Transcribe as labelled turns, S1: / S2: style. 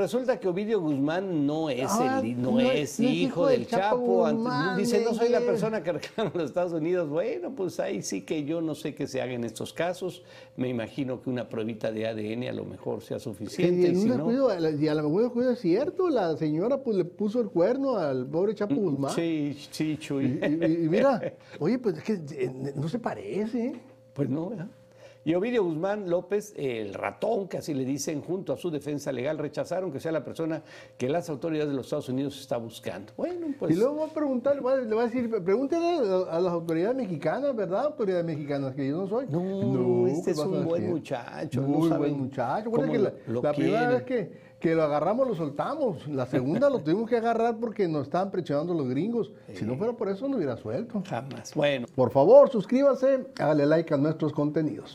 S1: Resulta que Ovidio Guzmán no es,
S2: Ah,
S1: el, no
S2: no
S1: es
S2: es- no es
S1: hijo del Chapo. Ante-
S2: Guzmán,
S1: Dice, no soy la
S2: Miguel".
S1: persona que reclama a los Estados Unidos. Bueno, pues ahí sí que yo no sé qué se haga en estos casos. Me imagino que una pruebita de ADN a lo mejor sea
S2: Y,
S1: suficiente.
S2: en
S1: y si
S2: un
S1: no-
S2: descuido, a la- y a lo mejor el descuido es cierto, la señora pues le puso el cuerno al pobre Chapo Guzmán.
S1: Mm, sí, sí,
S2: Y,
S1: Chuy.
S2: y- y mira, oye, pues es que eh, no se parece. ¿eh?
S1: Pues no, ¿verdad? Y Ovidio Guzmán López, el ratón, que así le dicen, junto a su defensa legal, rechazaron que sea la persona que las autoridades de los Estados Unidos está buscando. Bueno, pues.
S2: y luego va a preguntar, va- le va a decir, pregúntale a, a las autoridades mexicanas, ¿verdad? Autoridades mexicanas, que yo no soy.
S1: No, este
S2: ¿qué
S1: es
S2: vas a
S1: un buen
S2: decir?
S1: muchacho.
S2: Muy
S1: no
S2: buen
S1: saben
S2: muchacho.
S1: cómo
S2: Acuérdate que la,
S1: lo- lo
S2: la primera
S1: quieren.
S2: vez que, que lo agarramos lo soltamos. La segunda lo tuvimos que agarrar porque nos estaban presionando los gringos. Si no fuera por eso, no hubiera suelto.
S1: Jamás. Bueno.
S2: Por favor, suscríbase, hágale like a nuestros contenidos.